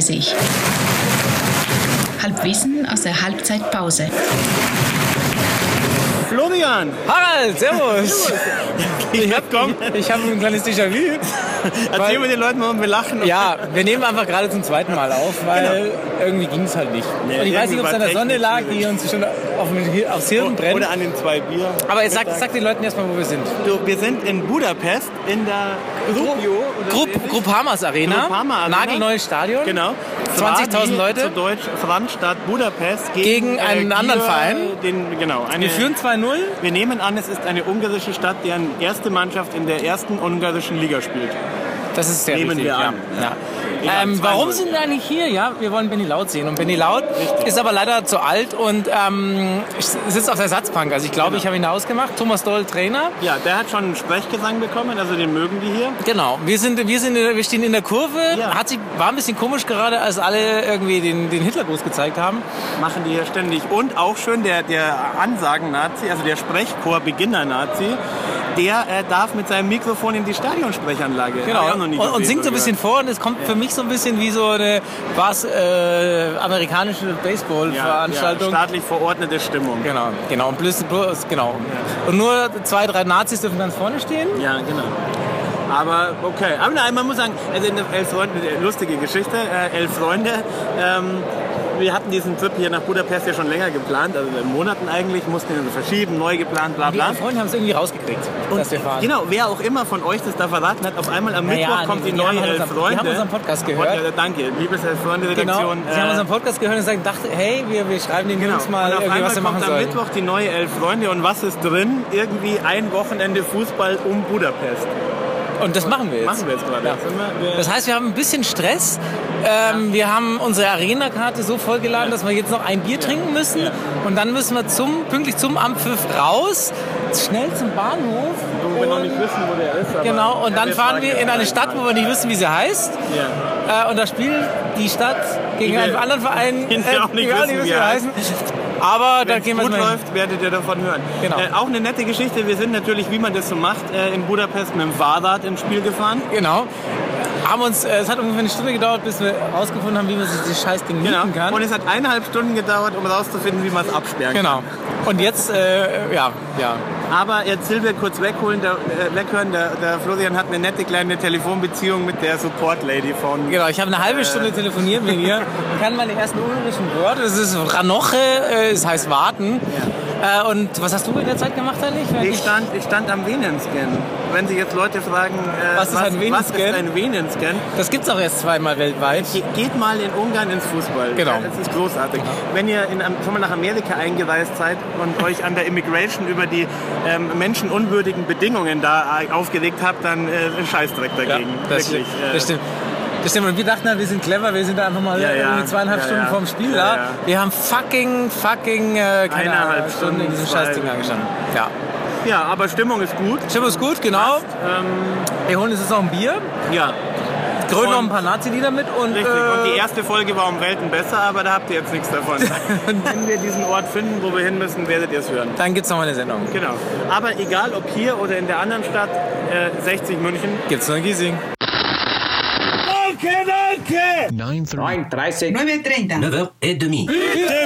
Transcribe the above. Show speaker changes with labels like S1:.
S1: sich. Halbwissen aus der Halbzeitpause.
S2: Florian!
S3: Harald, servus! Ich habe
S2: Komm.
S3: ich hab ein kleines Déjà-vu.
S2: Erzähl mir den Leuten, warum wir lachen.
S3: Ja, wir nehmen einfach gerade zum zweiten Mal auf, weil irgendwie ging es halt nicht.
S2: Nee,
S3: Und ich weiß
S2: Genau. irgendwie
S3: nicht, ob es
S2: war
S3: an der
S2: technisch
S3: Sonne lag, die
S2: schwierig.
S3: uns schon auf dem, Hi- aufs Hirn brennt.
S2: Oder an den zwei Bier.
S3: Aber jetzt sag,
S2: Mittag.
S3: sag den Leuten erstmal, wo wir sind.
S2: Du, wir sind in Budapest in der Rubio. oder
S3: Grupp,
S2: so ähnlich.
S3: Grupp Hamas Arena.
S2: Grupp Hamas Arena.
S3: Nagelneues Stadion.
S2: Genau.
S3: 20.000
S2: Zwar die,
S3: Leute.
S2: Zu Deutsch, Randstadt Budapest äh,
S3: Gegen einen anderen
S2: Gier,
S3: Verein.
S2: Den, genau. Eine,
S3: Wir führen 2-0.
S2: wir nehmen an, es ist eine ungarische Stadt, deren erste Mannschaft in der ersten ungarischen Liga spielt.
S3: Das ist sehr
S2: Nehmen
S3: richtig,
S2: wir
S3: ja.
S2: an.
S3: Ja.
S2: Ja,
S3: ähm,
S2: 2-0.
S3: warum sind wir eigentlich hier? Ja, wir wollen Benny Laut sehen. Und Benny Laut ist aber leider zu alt und ähm, sitzt auf der Ersatzbank. Also ich glaube,
S2: Genau.
S3: ich habe ihn ausgemacht. Thomas Doll Trainer.
S2: Ja, der hat schon einen Sprechgesang bekommen, also den mögen die hier.
S3: Genau. Wir sind, wir sind, wir stehen in der Kurve.
S2: Ja.
S3: Hat sich, war ein bisschen komisch gerade, als alle irgendwie den, den Hitlergruß gezeigt haben.
S2: Machen die hier ständig. Und auch schön der, der Ansagen-Nazi, also der Sprechchor-Beginner-Nazi, der äh, darf mit seinem Mikrofon in die Stadionssprechanlage. Genau. Hab ich auch noch nie
S3: Genau. Und, und
S2: gesehen
S3: singt so ein
S2: oder
S3: bisschen vor und es kommt für mich so ein bisschen wie so eine was äh, amerikanische
S2: gehört. Ja,
S3: Baseball-Veranstaltung.
S2: Ja, staatlich verordnete Stimmung.
S3: Genau, genau. Und bloß, bloß, genau. Und nur zwei, drei Nazis dürfen ganz vorne stehen.
S2: Ja, genau. Aber okay, aber nein, man muss sagen, also in der Elf Freunde, äh, lustige Geschichte, äh, Elf Freunde, ähm, wir hatten diesen Trip hier nach Budapest ja schon länger geplant, also in Monaten eigentlich, mussten ihn verschieben, neu geplant, bla
S3: Die
S2: bla.
S3: Freunde haben es irgendwie rausgekriegt, dass wir fahren.
S2: Genau, wer auch immer von euch das da verraten hat, auf einmal am
S3: Naja,
S2: Mittwoch kommt die,
S3: die- die
S2: neue
S3: haben
S2: Elf
S3: unseren- die
S2: Freunde.
S3: haben unseren Podcast gehört.
S2: Ja, danke, liebes Elf
S3: Genau.
S2: Freunde-Redaktion.
S3: Sie haben unseren Podcast gehört und sagen, dachte, hey, wir, wir schreiben den
S2: Genau.
S3: Jungs mal
S2: und auf
S3: irgendwie,
S2: einmal
S3: was wir machen
S2: kommt am
S3: sollen.
S2: Mittwoch die neue Elf Freunde und was ist drin? Irgendwie ein Wochenende Fußball um Budapest.
S3: Und das machen wir jetzt.
S2: Machen wir jetzt gerade.
S3: Ja.
S2: Sind wir- wir-
S3: Das heißt, wir haben ein bisschen Stress. Ähm, Wir haben unsere Arena-Karte so vollgeladen, dass wir jetzt noch ein Bier trinken müssen. Und dann müssen wir zum, pünktlich zum Ampfiff raus, schnell zum Bahnhof.
S2: Wo wir noch
S3: Und-
S2: nicht wissen, wo der ist. aber-
S3: Genau, und
S2: Ja,
S3: dann fahren wir in eine
S2: jetzt
S3: Stadt, wo wir nicht wissen, wie sie heißt.
S2: Ja.
S3: Äh, und da spielt die Stadt gegen
S2: Die wir-
S3: einen anderen Verein,
S2: die wir auch nicht
S3: die wir
S2: wissen, wie
S3: wie
S2: er
S3: er heißen. Aber da
S2: Wenn
S3: gehen
S2: es
S3: wir
S2: gut
S3: mal hin.
S2: läuft, werdet ihr davon hören.
S3: Genau.
S2: Äh, auch eine nette Geschichte. Wir sind natürlich, wie man das so macht, äh, in Budapest mit dem Fahrrad ins Spiel gefahren.
S3: Genau. Haben uns, äh, es hat ungefähr eine Stunde gedauert, bis wir herausgefunden haben, wie man sich dieses Scheißding mieten kann.
S2: Genau. Und es hat eineinhalb Stunden gedauert, um rauszufinden, wie man es absperren
S3: Genau. Und jetzt, äh, ja, ja.
S2: kann. Aber jetzt Silvia kurz wegholen, der, äh, weghören. Der, der Florian hat eine nette kleine Telefonbeziehung mit der Support-Lady von...
S3: Genau, ich habe eine
S2: Äh.
S3: halbe Stunde telefoniert mit ihr. Ich kann meine ersten ungarischen Wörter. Das ist Ranoche, äh, es heißt warten. Äh, und was hast du in der Zeit gemacht eigentlich? Während
S2: Ich stand, ich stand am Venenscan. Wenn sich jetzt Leute fragen, äh,
S3: Was ist ein
S2: was ist
S3: Venenscan?
S2: ein Venenscan,
S3: Das gibt's auch erst zweimal weltweit.
S2: Ge- Geht mal in Ungarn ins Fußball.
S3: Genau.
S2: Ja, Das ist großartig. Wenn ihr in, Am- schon mal nach Amerika eingereist seid und euch an der Immigration über die ähm, menschenunwürdigen Bedingungen da äh, aufgeregt habt, dann äh, Scheißdreck dagegen.
S3: das,
S2: Wirklich.
S3: stimmt.
S2: äh,
S3: das stimmt. Das stimmt. Und wir dachten, halt, wir sind clever, wir sind da einfach mal
S2: Ja, ja.
S3: irgendwie zweieinhalb
S2: Ja,
S3: Stunden
S2: ja.
S3: vorm Spiel
S2: Ja,
S3: da.
S2: ja.
S3: Wir haben fucking, fucking, äh, keine
S2: Eineinhalb
S3: Ahnung, Stunden in diesem
S2: Stunden, zwei.
S3: Scheißding angestanden. Ja.
S2: Ja, aber Stimmung ist gut.
S3: Stimmung ist gut, genau. wir holen uns jetzt noch ein Bier,
S2: Ja,
S3: grölen
S2: ähm,
S3: noch
S2: Und-
S3: ein paar Nazi-Lieder mit und,
S2: richtig. Und die
S3: äh,
S2: erste Folge war um Welten besser, aber da habt ihr jetzt nichts davon. Wenn wir diesen Ort finden, wo wir hin müssen, werdet ihr es hören.
S3: dann gibt's noch mal eine Sendung.
S2: Genau. Aber egal ob hier oder in der anderen Stadt, äh, 60 München,
S3: Gibt's noch ein Giesing.
S4: 9.30.
S5: 9h30.
S4: 9h30.
S5: Bitte